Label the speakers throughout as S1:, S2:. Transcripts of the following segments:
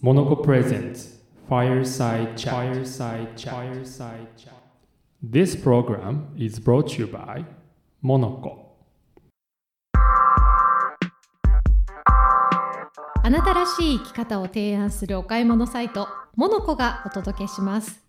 S1: モノコプレゼンツ Fireside Chat Fireside Chat Fireside Chat This program is brought to you by モノコ
S2: あなたらしい生き方を提案するお買い物サイトモノコがお届けします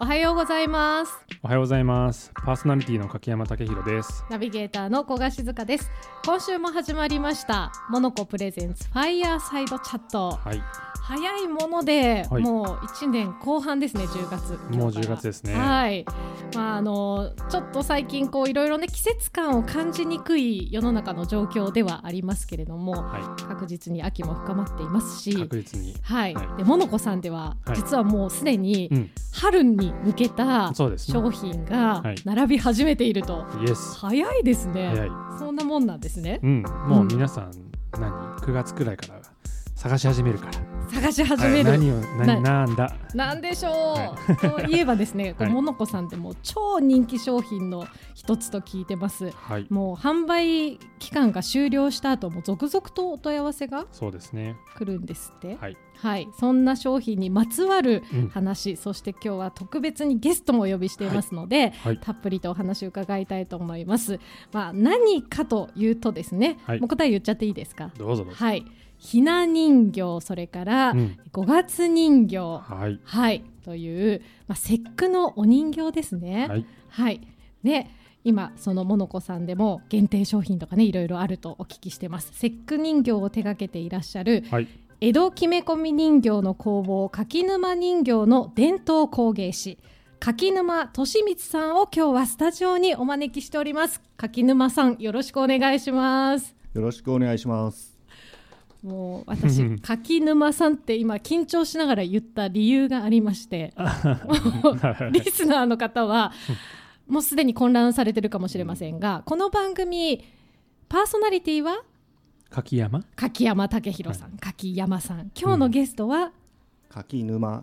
S2: おはようございます
S1: おはようございますパーソナリティの柿山武博です
S2: ナビゲーターの古賀静香です今週も始まりましたモノコプレゼンツファイヤーサイドチャット
S1: はい
S2: 早いもので、
S1: はい
S2: もう1年後半ですね10月
S1: もう10月
S2: で
S1: ですね
S2: はい、まああのちょっと最近こういろいろね季節感を感じにくい世の中の状況ではありますけれども
S1: はい
S2: 確実に秋も深まっていますし
S1: 確実に
S2: はい、
S1: はい
S2: でモノコさんでは、
S1: はい
S2: 実はもうすでに
S1: うん
S2: 春に向けた
S1: そうですね
S2: 商品が
S1: はい
S2: 並び始めていると、
S1: イエス
S2: 早いですね、
S1: 早い
S2: そんなもんなんですね
S1: うんもう皆さん何9月くらいから探し始めるから
S2: 探し始める、
S1: はい何を何
S2: な
S1: なんだ
S2: なんでしょう、といえばですね、こう
S1: はい
S2: モノコさんでもう超人気商品の一つと聞いてます
S1: はい
S2: もう販売期間が終了した後も続々とお問い合わせが
S1: そうですね
S2: 来るんですって
S1: はい
S2: はいそんな商品にまつわる
S1: うん
S2: 話、そして今日は特別にゲストもお呼びしていますので、
S1: はい
S2: たっぷりとお話を伺いたいと思いますまあ何かというとですね、
S1: はい
S2: もう答え言っちゃっていいですか
S1: どうぞどうぞ
S2: はいひな人形それから
S1: うん
S2: 5月人形、
S1: はい
S2: はい、という、まあ、節句のお人形です
S1: は
S2: ね。は
S1: い
S2: い、で今そのモノコさんでも限定商品とかねいろいろあるとお聞きしてます節句人形を手掛けていらっしゃる
S1: はい
S2: 江戸木目込み人形の工房柿沼人形の伝統工芸士柿沼俊光さんを今日はスタジオにお招きしております柿沼さんよろしくお願いします
S3: よろしくお願いします。
S2: もう 私柿沼さんって今緊張しながら言った理由がありま してもうリスナーの方はもうすでに混乱されてるかもしれませんがこの番組パーソナリティは
S1: 柿山
S2: 柿山武宏さん、柿山さん今日のゲストは
S3: 柿沼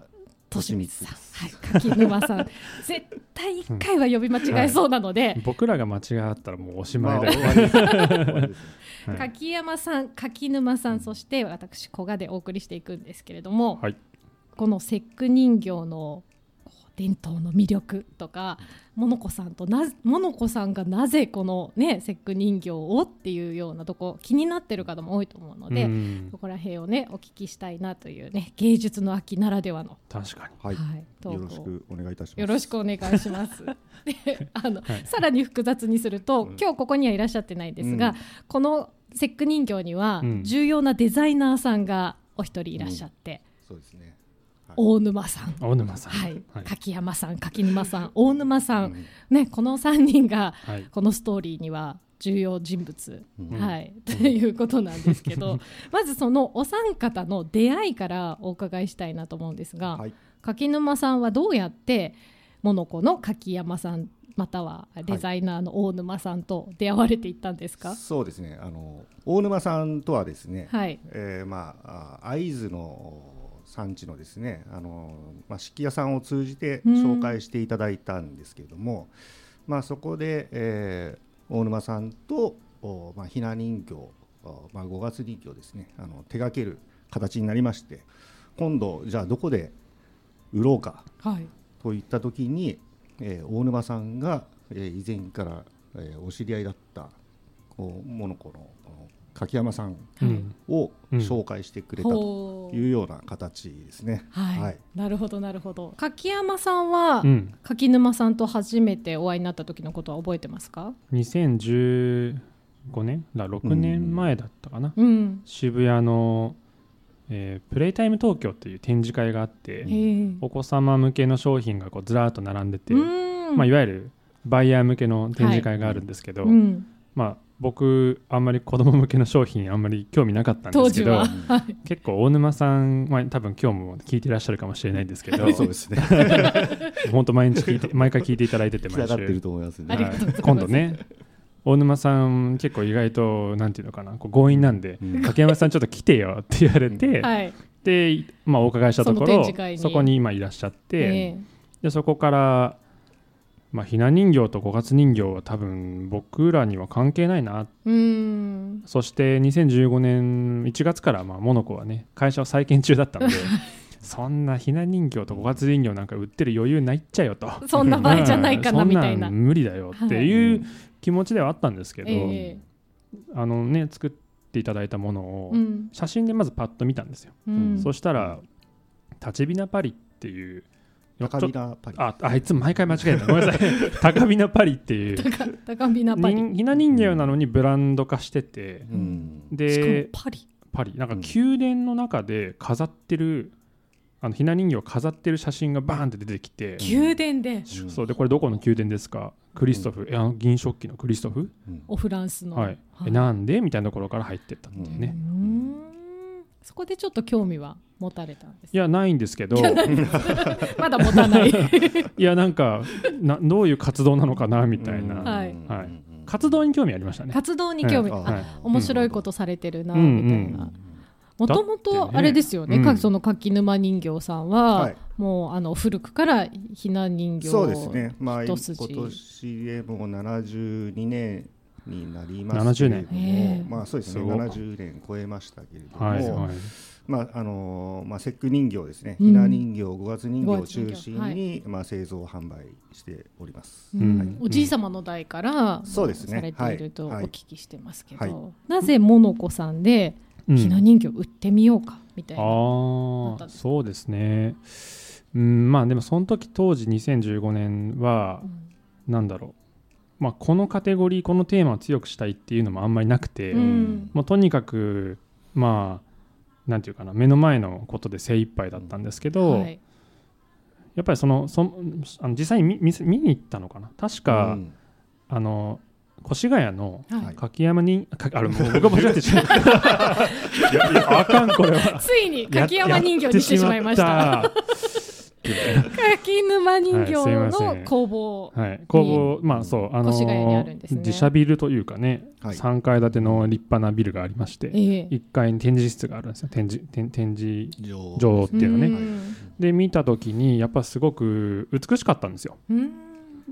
S2: 俊光さん、
S3: 俊
S2: はい、柿沼さん絶対1回は呼び間違え そうなので、
S1: 僕らが間違ったらもうおしま
S3: ま
S1: いだ
S3: あ終
S1: よ、
S3: わりです 終わりです
S1: はい
S2: 柿山さん柿沼さんそして私古賀でお送りしていくんですけれども、
S1: はい
S2: この節句人形のこう伝統の魅力とかモノコさんとなモノコさんがなぜこのね節句人形をっていうようなとこ気になってる方も多いと思うので、
S1: うん
S2: そこら辺をねお聞きしたいなというね芸術の秋ならではの、
S1: 確かに
S3: はい、
S2: 投稿
S3: よろしくお願いいたします。
S2: よろしくお願いします。 で、あの、
S1: はい
S2: さらに複雑にすると、
S3: うん
S2: 今日ここにはいらっしゃってないですが、
S3: うん
S2: この節句人形には
S1: うん
S2: 重要なデザイナーさんがお一人いらっしゃって、
S3: そうですね。
S2: 大沼さん。
S1: 大沼さん
S2: はい、
S1: はい
S2: 柿山さん、柿沼さん、大沼さん、
S3: うん
S2: ね、この3人が
S1: はい
S2: このストーリーには重要人物、
S3: うん
S2: はい、ということなんですけど、まずそのお三方の出会いからお伺いしたいなと思うんですが、
S3: はい、
S2: 柿沼さんはどうやってモノコの柿山さんまたはデザイナーの大沼さんと出会われていったんですか
S3: そうですね。あの大沼さんとはですね、
S2: はい
S3: えーまああ会津の産地のですね、あのまあ漆器屋さんを通じて紹介していただいたんですけれども、まあそこで、えー大沼さんとおまあひな人形、おまあ五月人形ですね、あの手掛ける形になりまして、今度じゃあどこで売ろうか。
S2: はい
S3: といった時に、えー大沼さんが、えー以前から、えーお知り合いだったこうモノコのこの柿山さん
S1: うん
S3: を
S1: うん
S3: 紹介してくれたと
S2: ほ
S3: いうような形ですね。
S2: うはい、
S3: はい
S2: なるほどなるほど柿山さんは、
S1: うん
S2: 柿沼さんと初めてお会いになった時のことは覚えてますか
S1: 2015年だ6年前だったかな
S2: うん
S1: 渋谷の、えープレイタイム東京っていう展示会があって
S2: へえ
S1: お子様向けの商品がこうずらーっと並んでて、
S2: うん
S1: まあ、いわゆるバイヤー向けの展示会があるんですけど、
S2: うん
S1: まあ、僕あんまり子供向けの商品あんまり興味なかったんで
S2: 当
S1: すけ
S2: 時
S1: ど
S2: は、
S3: うん
S2: はい
S1: 結構大沼さん、まあ、多分今日も聞いてらっしゃるかもしれないんですけ ど
S3: そうですね。
S1: 本当毎日 聞いて毎回聞いていただいてて
S3: 来た
S1: 毎
S3: がってる
S1: 週
S3: と思いますね。
S2: ありがとうございます
S1: 今度ね大沼さん結構意外となんていうのかなこう強引なんで
S3: うん
S1: 竹山さんちょっと来てよって言われて、
S2: はい
S1: で、まあ、お伺いしたとこ
S2: その展
S1: ろ
S2: 示会に
S1: そこに今いらっしゃって、
S2: ええ
S1: でそこから、まあ、ひな人形と五月人形は多分僕らには関係ないな
S2: うん
S1: そして2015年1月からまあモノコはね会社を再建中だった のでそんなひな人形と五月人形なんか売ってる余裕ないっちゃよと
S2: そんな場合じゃないかな
S1: うん
S2: みたいな
S1: そんん無理だよっていう気持ちではあったんですけど、
S2: ええ
S1: あのね作っていただいたものを
S2: うん
S1: 写真でまずパッと見たんですよ、
S2: うん
S1: そしたら「立ちびなパリ」っていう
S3: 高
S1: ちょ
S3: ビナパリ
S1: ああいつも毎回間違えたごめんなさい 「高びなパリ」っていう
S2: 高高みなパリ
S1: 人ひな人形なのにブランド化してて、
S3: うん
S2: しかも
S1: で
S2: パリ
S1: パリなんか
S3: うん
S1: 宮殿の中で飾ってる、あのひな人形を飾ってる写真がバーンって出てきて、
S2: 宮殿で
S3: うん
S1: そうでこれどこの宮殿ですかクリストフ、えあの銀食器のクリストフ、
S3: うん
S2: オフランスの
S1: はい
S2: は
S1: え
S2: い
S1: なんでみたいなところから入ってったっていう
S2: うー
S1: ね、
S2: んそこでちょっと興味は持たれたんです
S1: いやないんですけ ど
S2: まだ持 たない
S1: いやなんかなどういう活動なのかなみたいな、
S3: うん
S2: はい
S1: はい活動に興味ありましたね
S2: 活動に興味
S3: あ
S2: あ、
S1: はい
S2: 面白いことされてるな、
S1: うん
S2: みたい
S3: うん
S2: なもとも
S1: だって
S2: と
S1: ね
S2: あれですよね
S1: うん
S2: かその柿沼人形さんは、
S3: はい
S2: もうあの古くからひな人形
S3: そうですね、まあ、今
S2: 一筋
S3: 年でもう72年になりますけ
S1: 70
S3: れ
S1: 年
S3: ども、
S2: ええ
S3: まあ、そうです
S1: す
S3: ね、
S1: ごい
S3: 70年超えましたけれども、
S1: はいはい
S3: まああのーまあ、節句人形ですね、
S2: うん
S3: ひな人形、五月人形を
S2: 五
S3: 中
S2: 月
S3: 心
S2: 人形は
S3: に、まあ、製造、販売しております。
S2: うん
S1: うん
S3: はい
S2: おじい様の代から、
S3: そうですね
S2: されているとお
S3: はいはい
S2: 聞きしてますけど、
S3: はい
S2: なぜモノコさんで
S1: うん
S2: ひな人形売ってみようかみたいな、
S1: あ
S2: なっ
S1: あ
S2: たんですか
S1: そうですねうんまあでもその時当時2015年はなんだろう、まあ、このカテゴリーこのテーマを強くしたいっていうのもあんまりなくて、
S2: うんうん
S1: もうとにかくまあなんていうかな目の前のことで精一杯だったんですけど、
S2: はい
S1: やっぱりそのそんあの実際に見見せ見に行ったのかな確か、
S3: うん
S1: あの越谷の
S2: はい
S3: はい
S1: 柿山にか あれもう僕が間違ってしまったいやいやあかんこれは
S2: ついに 柿山人形にしてしまいました。
S1: やって
S2: 柿沼人形
S1: はいすいませ
S2: の
S1: ん
S2: 工房、
S1: たはい、工房、まあそう、あの
S2: 越谷にあるんですね
S1: 自社ビルというかね、
S3: はい
S1: 3階建ての立派なビルがありまして、
S2: ええ
S1: 1階に展示室があるんですよ、展示展展示
S3: 上
S1: 場っていうのね。
S2: ん
S1: で、見たときに、やっぱすごく美しかったんですよ。
S2: うん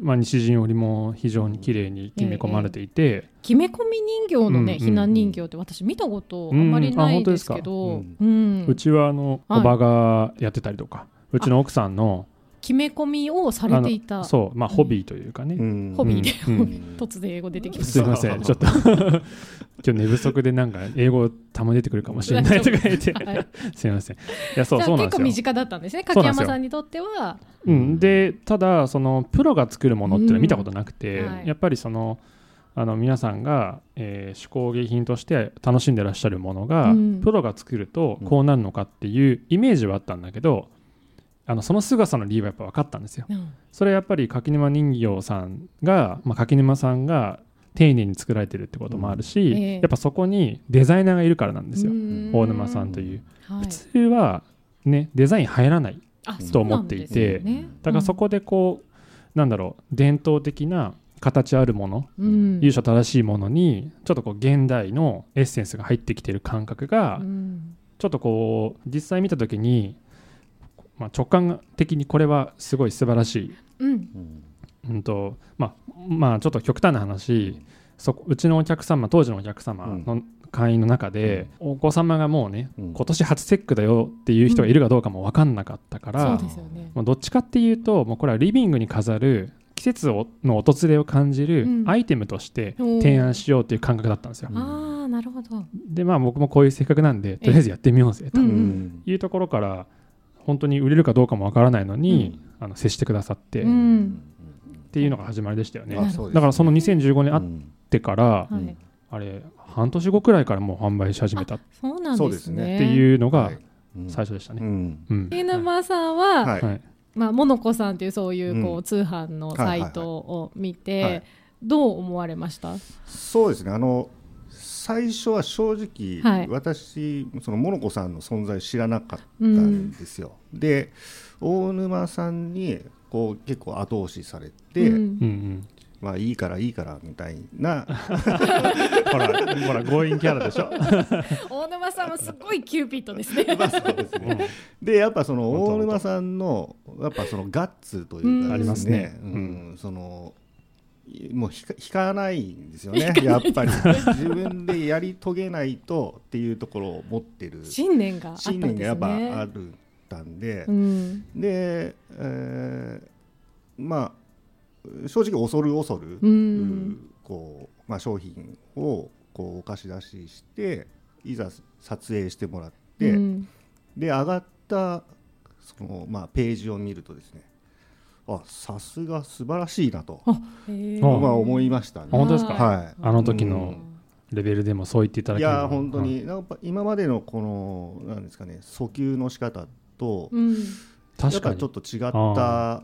S1: まあ、西陣織も非常に綺麗に決め込まれていて、
S2: きめ込み人形の
S1: うんうん
S2: ね、ひな人形って私見たことあまりな
S1: うんあ
S2: い
S1: 本当で
S2: ですす
S1: か
S2: けど、
S3: うん
S2: うん
S1: うちはあの、
S2: はい
S1: おばがやってたりとか、うちの奥さんの、
S2: きめ込みをされていた
S1: そう、まあ、
S2: うん
S1: ホビーというかね、
S3: うん
S2: ホビーで、
S1: うん
S2: ホビー突然英語出てきまし
S1: すいません、ちょっと今日寝不足でなんか英語たまに出てくるかもしれないとか言 って
S2: た。、はい
S1: すいません。いやそう
S2: じ
S1: そ
S2: ゃ
S1: う
S2: あ
S1: なん
S2: 結
S1: で
S2: 構身
S1: すよ。
S2: 近だったんですね、
S1: そうな
S2: 柿
S1: んですよ
S2: 山さんにとっては。
S1: うん、でただそのプロが作るものっていうのは見たことなくて、
S2: うんはい
S1: やっぱりそのあの皆さんが、えー手工芸品として楽しんでらっしゃるものが、
S2: うん
S1: プロが作るとこうなるのかっていうイメージはあったんだけど、あのその凄さの理由はやっぱ分かったんですよ。
S2: うん
S1: それはやっぱり柿沼人形さんが、まあ、柿沼さんが丁寧に作られてるってこともあるし、
S2: うんええ
S1: やっぱそこにデザイナーがいるからなんですよ、
S2: うん
S1: 大沼さんという、
S2: はい
S1: 普通はねデザイン入らない
S2: あ
S1: と思っていて
S2: そうなんですよね
S1: だからそこでこう、なんだろう伝統的な形あるもの、
S2: うん
S1: 由緒正しいものにちょっとこう現代のエッセンスが入ってきてる感覚が、
S2: うん
S1: ちょっとこう実際見た時に、まあ、直感的にこれはすごい素晴らしい
S2: うん
S3: うん
S1: うんとまあまあちょっと極端な話そこうちのお客様当時のお客様の会員の中で、お子様がもうね、
S3: うん
S1: 今年初節句だよっていう人がいるかどうかも分かんなかったから、
S2: そ
S1: も
S2: うですよね。
S1: うどっちかっていうともうこれはリビングに飾る季節をの訪れを感じ
S2: う
S1: る
S2: ん
S1: アイテムとして
S2: おー
S1: 提案しようっていう感覚だったんですよ。
S3: うん
S2: ああ、なるほど。
S1: でまあ僕もこういう性格なんでとりあえずやってみようぜと
S2: うん
S1: いうところから本当に売れるかどうかも分からないのに、あの接してくださって、
S2: う
S1: っ
S2: ん。
S1: ていうのが始まりでしたよね。
S3: あそうですね
S1: だからその2015年あっ
S3: うん
S1: てから、
S2: はい
S3: うん
S1: あれ半年後くらいからもう販売し始めたっ
S2: そうなん
S3: そう
S2: で
S3: ですす
S2: ね。
S3: ね
S1: ていうのが
S3: はいうん
S1: 最初でした
S3: う
S1: ね。
S3: ん
S1: うん
S2: え沼さんは、
S3: はい
S1: はい
S2: まあ、モノコさんっていうそういうこう、
S3: うん
S2: 通販のサイトを見て、
S3: はいはい
S2: どう思われました、
S3: そうですねあの最初は正直、
S2: はい
S3: 私そのモノコさんの存在知らなかったんですよ、で大沼さんにこう結構後押しされて、
S2: うん
S1: うん
S3: まあいいからいいからみたいな
S1: ほらほら強引キャラでしょ
S2: 大沼さんはすごいキューピッドです ね。
S3: まあそうですねでやっぱその大沼さんのやっぱそのガッツという
S2: うん
S3: か
S2: あり
S1: ますね
S3: う、
S1: うん
S3: そのもう引か引かないんで すよねやっぱり自分でやり遂げないとっていうところを持って る
S2: 信念があったん
S3: 信
S2: です
S3: 念が
S2: ね。
S3: やっぱあるったんで、
S2: うん
S3: で、えーまあ正直恐る恐る、
S2: うん
S3: こうまあ、商品をこうお貸し出ししていざ撮影してもらって、
S2: うん
S3: で上がったその、まあ、ページを見るとですねあさすが素晴らしいなと、
S2: へー
S1: あ
S3: まあ、思いましたね。
S1: あ本当ですか
S3: はい、
S1: あの時
S3: う
S1: の
S3: ん
S1: レベルでもそう言っていただ
S3: い
S1: ける
S3: や本当に、なんか今までのこのなんですかね訴求の仕方と、
S2: うん
S1: 確か
S3: やっぱ
S1: に
S3: ちょっと違った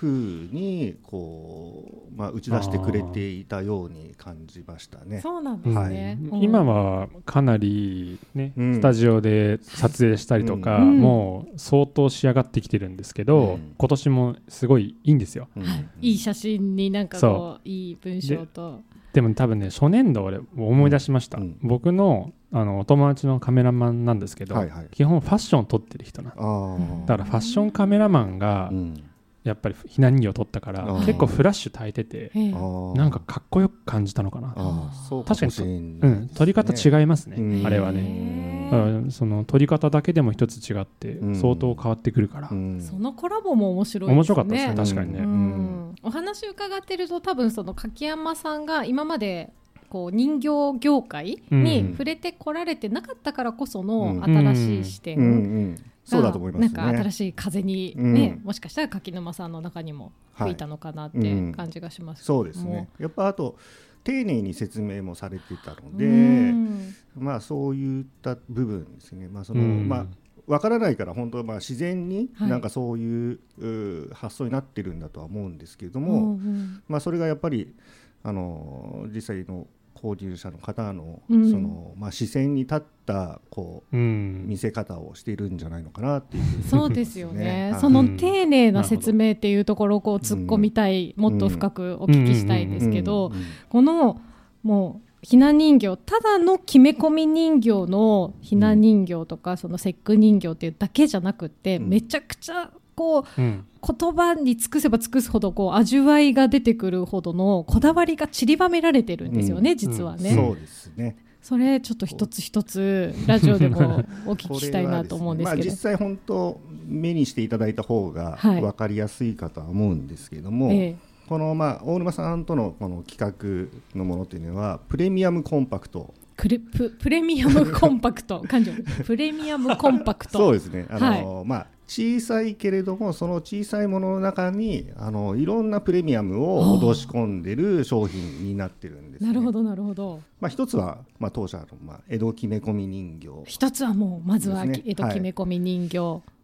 S3: 風にこうまあ打ち出してくれていたように感じましたね。
S2: そうなんですね。
S1: はい、今はかなり、ね
S3: うん
S1: スタジオで撮影したりとか、
S2: うん
S1: もう相当仕上がってきてるんですけど、
S3: うん
S1: 今年もすごいいいんですよ
S3: う
S2: うん
S3: ん
S2: いい写真になんかこういい文章と
S1: でも多分ね初年度俺思い出しました、
S3: うん
S1: 僕のあのお友達のカメラマンなんですけど、
S3: はいはい。
S1: 基本ファッションを撮ってる人なの
S3: あー
S1: だからファッションカメラマンが
S3: うん
S1: やっぱりひな人形を撮ったから、
S3: あー
S1: 結構フラッシュ焚いてて、
S2: ええ
S3: あー
S1: なんかかっこよく感じたのかな、
S3: あーそうか
S1: 確か
S3: も
S1: に
S3: しれな
S1: う
S3: い
S1: ん、撮り方違いますね、
S3: うん
S1: あれはね、
S2: ね
S1: うんその取り方だけでも一つ違って
S3: うん
S1: 相当変わってくるから、
S3: うん
S2: そのコラボも面白いですね。
S1: 面白かったですね確かに
S2: う
S1: ね、
S2: んお話伺ってると多分その柿山さんが今までこう人形業界に
S3: うん
S2: 触れてこられてなかったからこそ
S3: うん
S2: の新しい視
S3: うんう
S2: 点
S3: んそうだと思いますね。
S2: なんか新しい風にね、
S3: う
S2: もしかしたら柿沼さんの中にも
S3: は
S2: 吹
S3: い
S2: いたのかなって
S3: うん
S2: 感じがしますけど
S3: そうですね。やっぱあと丁寧に説明もされてたの
S2: も
S3: で、
S2: うん
S3: まあそういった部分ですね。まあその、
S1: うん
S3: まあわからないから本当まあ自然に
S2: はい
S3: なんかそういう,うー、発想になってるんだとは思うんですけれども、
S2: うんうん
S3: まあそれがやっぱりあのー実際の購入者の方の、
S2: うん
S3: そのまあ視線に立ったこ
S1: う
S3: うん見せ方をしているんじゃないのかなっていう
S2: そうです よね
S3: ね。
S2: その丁寧な説明っていうところをこう突っ込みたい、もっと深くお聞きしたいですけど、
S3: うんうん
S2: このもうひな人形ただの決め込み人形のひな人形とかその節句人形っていうだけじゃなくて、
S3: うん
S2: めちゃくちゃこう
S1: うん
S2: 言葉に尽くせば尽くすほどこう味わいが出てくるほどのこだわりが散りばめられてるんですよね、
S3: うん
S2: 実は
S3: うん
S2: ね、
S3: そうですね。
S2: それちょっと一つ一つラジオでもお聞きしたいなと思うんですけ
S3: こ
S2: ど
S3: れは ですねまあ、実際本当目にしていただいた方が
S2: はい
S3: 分かりやすいかとは思うんですけれども、
S2: え
S3: このまあ大沼さんとのこの企画のものというのはプレミアムコンパクト
S2: えクレププレミアムコンパクト感情プレミアムコンパクト
S3: そうですねあの、まあ、小さいけれどもその小さいものの中にあのいろんなプレミアムを落とし込んでる商品になってるんです、ね、
S2: なるほどなるほど
S3: まあ、一つは、まあ、当社の、まあ、江戸きめ込み人形
S2: 一つはもうまずは
S3: ですね
S2: 江戸
S3: はい
S2: きめ込み人形、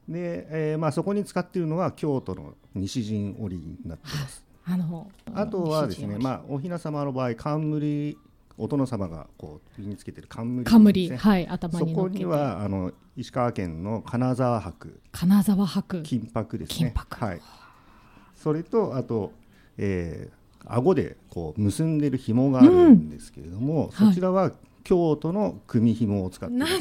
S3: で、えーまあ、そこに使っているのは京都の西陣織になってます
S2: あの
S3: あとはですね、
S2: あ
S3: まあ、お雛様の場合冠お殿様がこう身につけてる冠です
S2: 冠、
S3: ね、
S2: はい頭
S3: そ
S2: に乗
S3: こ
S2: っけ
S3: に
S2: て
S3: はあの石川県の金沢博
S2: 金沢博
S3: 金箔です
S2: 金
S3: ね
S2: 箔
S3: はい、それとあと、えー、顎でこう結んでる紐があるんですけれども、
S2: はい
S3: そちらは京都の組紐を使って
S2: なんと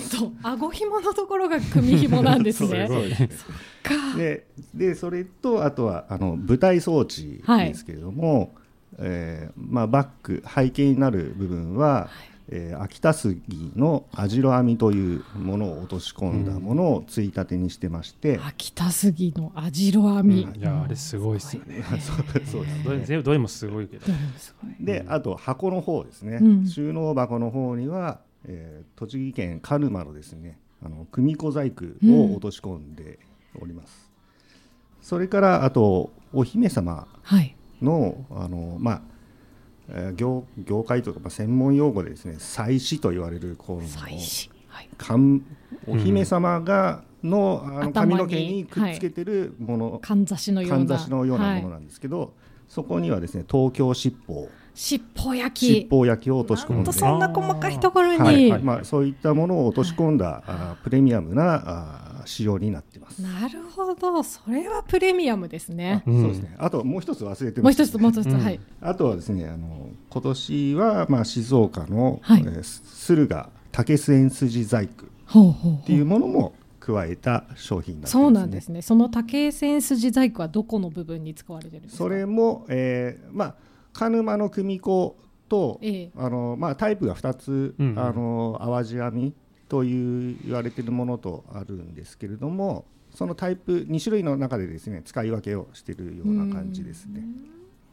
S2: 顎紐のところが組紐なん ですね
S1: ごい
S2: か
S3: ででそれとあとはあの舞台装置ですけれども、えーまあ、バック背景になる部分は、えー秋田杉の網代編みというものを落とし込んだものをついたてにしてまして、
S2: 秋田杉の網代編み、
S1: いやあれすごいっすよね、
S3: そうです
S1: どれ全部どれもすごいけど
S2: でもすごい
S3: であと箱の方ですね、
S2: うん
S3: 収納箱の方には、えー栃木県鹿沼のですねあの組子細工を落とし込んでおります、それからあとお姫様
S2: はい
S3: のあの、まあえー業業界というか、まあ、専門用語でですね祭祀と言われるこの
S2: 祭祀はい
S3: 冠お姫様がの,、あの
S2: 頭
S3: 髪
S2: に
S3: の毛にくっつけてるもの、
S2: かんざしのような
S3: かんざしのようなもの
S2: はい
S3: なんですけど、そこにはですね東京七宝
S2: 尻尾
S3: 尻
S2: 焼き
S3: 尾焼きを落とし込
S2: ほ
S3: ん
S2: ん
S3: で
S2: とそんな細かいところに、
S3: はい
S1: はい
S3: まあ、そういったものを落とし込んだ、あープレミアムなあー仕様になってます。
S2: なるほどそれはプレミアムです
S3: あ
S2: ね
S3: そうですね、あともう一つ忘れて
S2: もう
S3: ま
S2: 一
S3: し
S2: つ
S3: た、
S2: もう一つ、
S1: うん
S2: はい
S3: あとはですねあの今年は、まあ、静岡の、
S2: はい
S3: えー駿河竹須円筋細工
S2: ほうほうほう
S3: っていうものも加えた商品になってます、ね、
S2: そうなんですねその竹線筋細工はどこの部分に使われてるんですか
S3: それも、えーまあ、鹿沼の組子と、
S2: ええ
S3: あのまあ、タイプが2つ、
S1: うんうん
S3: あの淡路編みという言われているものとあるんですけれどもそのタイプ2種類の中でですね使い分けをしているような感じですね。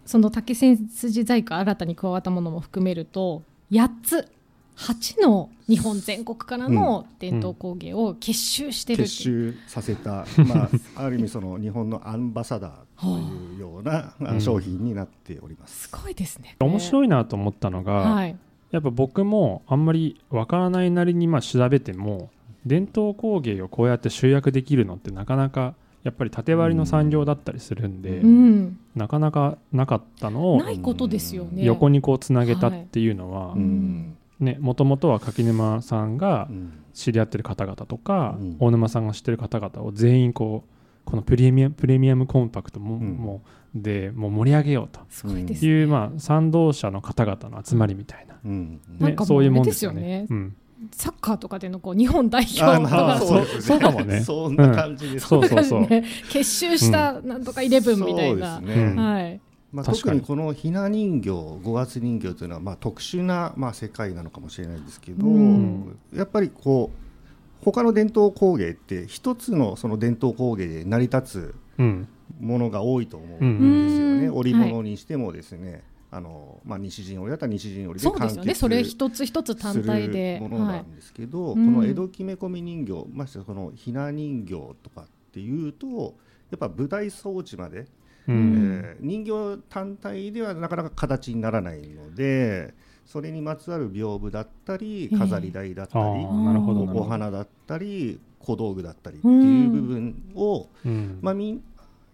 S2: その竹線筋細工新たに加わったものも含めると8つ8の日本全国からの伝統工芸を結集してるっ
S3: 結
S2: ていう、
S3: 集させた、まあ、ある意味その日本のアンバサダーというような
S1: あ
S3: あ商品になっておりま
S2: す
S3: す。
S2: ごいですね
S1: 面
S2: い、
S1: 白いなと思ったのが、
S2: はい、
S1: やっぱ僕もあんまりわからないなりにまあ調べても伝統工芸をこうやって集約できるのってなかなかやっぱり縦割りの産業だったりするんで、
S2: うん、
S1: なかなかなかったのを
S2: ないことですよね
S1: 横にこうつなげたっていうのは
S2: うはいん
S1: ねもともとは柿沼さんが
S3: うん
S1: 知り合ってる方々とか、
S3: うん
S1: 大沼さんが知ってる方々を全員こうこのプレミアプレミアムコンパクトも,、
S3: うん
S1: もうでもう盛り上げようと
S2: すごいですね、
S1: いう、まあ、賛同者の方々の集まりみたいな、
S3: うん
S2: な
S1: ね
S2: んかもう
S1: そういうもんですよ
S2: あれ
S1: ね
S2: で。
S1: うん、
S2: サッカーとかでのこう日本代表と
S3: あま
S2: か
S3: あ
S1: そう
S3: ですね
S1: そうかもね
S3: そんな感じです、
S1: うんそうそう
S2: なんかね結集したなんとかイレブンみたいな、
S3: そうですね
S1: うん
S2: はい、
S3: まあ、
S1: 確
S3: 特
S1: かに
S3: にこのひな人形五月人形というのはまあ特殊なまあ世界なのかもしれないんですけど、
S2: うん
S3: やっぱりこう他の伝統工芸って一つのその伝統工芸で成り立つ
S1: うん
S3: ものが多いと思
S1: う
S3: うんん
S1: う
S3: ですよね、
S2: うん
S3: 織物にしてもですね、あのまあ、西陣織だったら西陣織で
S2: そう
S3: 完
S2: ですよね
S3: 結
S2: それ一つ一つ単体です
S3: るもの
S2: は
S3: ないんですけど、
S2: い
S3: この江戸木目込み人形ましてこのひな人形とかっていうとやっぱ舞台装置まで、
S1: う
S2: うんん
S3: えー人形単体ではなかなか形にならないのでそれにまつわる屏風だったり
S2: ええ
S3: 飾り台だった
S1: あ
S3: り、
S1: あなるほどなるほど
S3: お花だったり小道具だったりっていう部分を、
S1: うん
S3: まあ、みん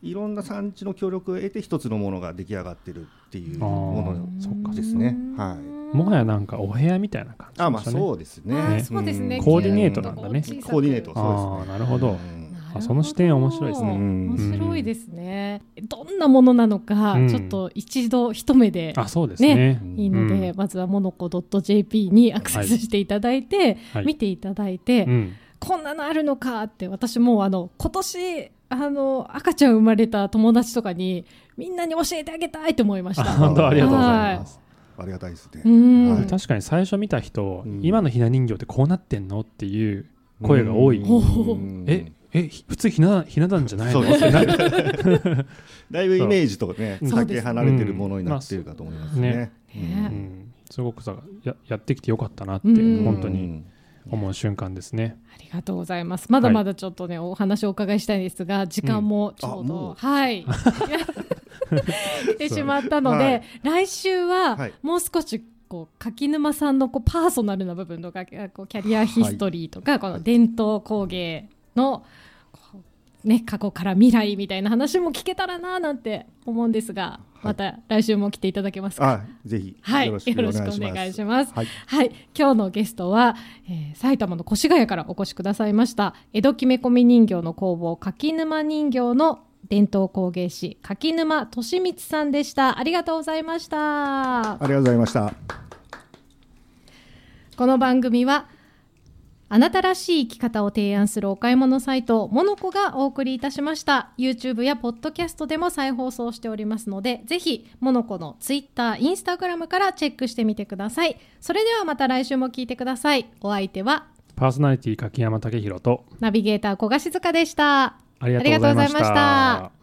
S3: いろんな産地の協力を得て一つのものが出来上がってるっていうも
S1: そっか
S3: のですね。はい
S1: もはやなんかお部屋みたいな感じ
S3: あまあ
S1: したね
S3: そうですね。
S2: あ
S1: ー
S2: そうですね
S3: ん
S1: コーディネートなんだね
S2: キュッとこう
S3: コーディネート
S2: 小
S1: さく
S3: そうです
S1: あ
S3: ね。
S1: ーなるほど
S3: うん
S2: なるほど
S1: あその視点面白いですね
S3: うん
S2: 面白いですね。どんなものなのか、
S1: うん
S2: ちょっと一度一目で
S1: あそうですね
S2: いいので、
S1: うん
S2: まずはモノコ .jp にアクセスしていただいて、
S1: はい
S2: 見ていただいて、
S1: うん
S2: こんなのあるのかって私もうあの今年あの赤ちゃん生まれた友達とかにみんなに教えてあげたいと思いまし
S1: あ
S2: た。
S1: 本当ありがとうございます、
S3: ありがたいですね。
S2: うん
S3: はい
S1: 確かに最初見た人、
S3: うん
S1: 今のひな人形ってこうなってんのっていう声が多い、
S2: ほう
S3: うん
S1: ええひ普通ひなひな壇じゃない
S3: そ
S1: の
S3: う
S1: ね
S3: ですね。だいぶイメージとね、
S1: そう
S3: かけ離れてるものになっているかと思いますね。
S1: う
S2: ね
S1: ん、すごくさややってきてよかったなって
S2: うん
S1: 本当に思う瞬間ですね、
S2: ありがとうございます。まだまだちょっとね、お話をお伺いしたいんですが、時間もちょう
S3: あ
S2: ど、
S3: もう
S2: はい。来てしまったので、
S3: はい
S2: 来週は
S3: はい
S2: もう少しこう柿沼さんのこうパーソナルな部分とか、こうキャリアヒストリーとか、この伝統工芸の。こうね、過去から未来みたいな話も聞けたらななんて思うんですが、
S3: い
S2: また来週も来ていただけますか。
S3: あ、ぜひ
S2: はい、
S3: よ
S2: よろ
S3: ろ
S2: し
S3: し
S2: く
S3: く
S2: お
S3: お
S2: 願
S3: 願
S2: い
S3: い
S2: し
S3: し
S2: ま。
S3: ますす。
S2: は
S3: はいい、
S2: 今日のゲストは、えー埼玉の越谷からお越しくださいました江戸きめ込み人形の工房柿沼人形の伝統工芸士柿沼俊光さんでした。ありがとうございました。
S3: ありがとうございました。
S2: この番組はあなたらしい生き方を提案するお買い物サイトモノコがお送りいたしました YouTube やポッドキャストでも再放送しておりますのでぜひモノコの Twitter、Instagram からチェックしてみてくださいそれではまた来週も聞いてくださいお相手は
S1: パーソナリティ柿山武宏と
S2: ナビゲーター小賀静香でした
S1: ありがとうございま
S2: ありがとうございま
S1: し
S2: したた